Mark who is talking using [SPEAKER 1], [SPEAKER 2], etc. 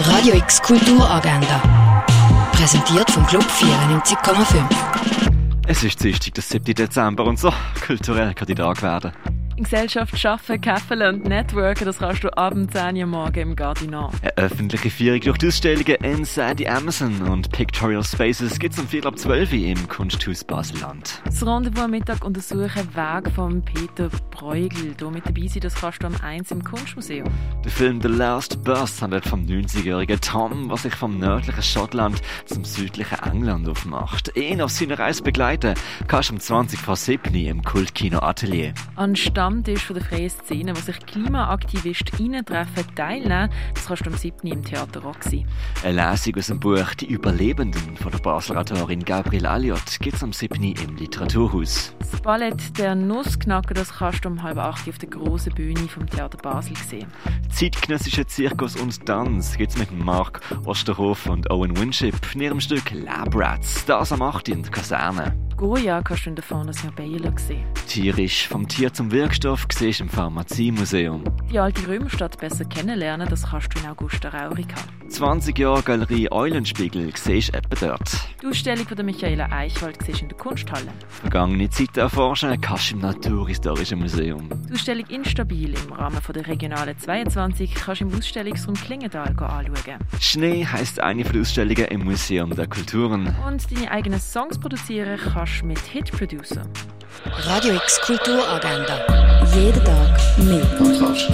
[SPEAKER 1] Radio X Kulturagenda. Präsentiert vom Club 94,5.
[SPEAKER 2] Es ist Dienstag, der 7. Dezember und so kulturell kann die Tag werden.
[SPEAKER 3] In Gesellschaft arbeiten, kämpfen und networken, das kannst du abends 10 Uhr morgen im Gardinan.
[SPEAKER 2] Eine öffentliche Führung durch die Ausstellungen Inside the Amazon und Pictorial Spaces gibt es um 4 ab 12 Uhr im Kunsthaus Baselland.
[SPEAKER 3] Das Rendezvous am Mittag untersuchen Weg von Peter Bruegel. Hier mit dabei sein, das kannst du am 1 im Kunstmuseum.
[SPEAKER 2] Der Film The Last Bus handelt vom 90-jährigen Tom, was sich vom nördlichen Schottland zum südlichen England aufmacht. Ihn auf seiner Reise begleiten kannst du um 20 vor 7 Uhr im Kultkino Atelier.
[SPEAKER 3] Anstatt Stammtisch von der freien Szene, wo sich KlimaaktivistInnen treffen, teilnehmen. Das kannst du am 7. im Theater auch sehen.
[SPEAKER 2] Eine Lesung aus dem Buch «Die Überlebenden» von der Basler Autorin Gabriele Alliot gibt es am 7. im Literaturhaus.
[SPEAKER 3] Das Ballett «Der Nussknacker» das kannst du um halb acht auf der grossen Bühne vom Theater Basel sehen.
[SPEAKER 2] Zeitgenössischen Zirkus und Tanz gibt es mit Marc Osterhof und Owen Winship in ihrem Stück «Lab Rats». Das am 8. in der Kaserne.
[SPEAKER 3] Goya kannst du in der Fondation Baylor sehen.
[SPEAKER 2] Tierisch, vom Tier zum Wirkstoff, siehst im Pharmaziemuseum.
[SPEAKER 3] Die alte Römerstadt besser kennenlernen, das kannst du in Augusta Raurica.
[SPEAKER 2] 20 Jahre Galerie Eulenspiegel siehst etwa dort.
[SPEAKER 3] Die Ausstellung von der Michaela Eichwald siehst in der Kunsthalle.
[SPEAKER 2] Vergangene Zeiten erforschen kannst du im Naturhistorischen Museum.
[SPEAKER 3] Die Ausstellung Instabil im Rahmen von der Regionale 22 kannst du im Ausstellungsraum Klingenthal anschauen.
[SPEAKER 2] Schnee heisst eine von den Ausstellungen im Museum der Kulturen.
[SPEAKER 3] Und deine eigenen Songs produzieren kannst mit Hit Producer.
[SPEAKER 1] Radio X Kulturagenda. Jeden Tag mit. Kontrast.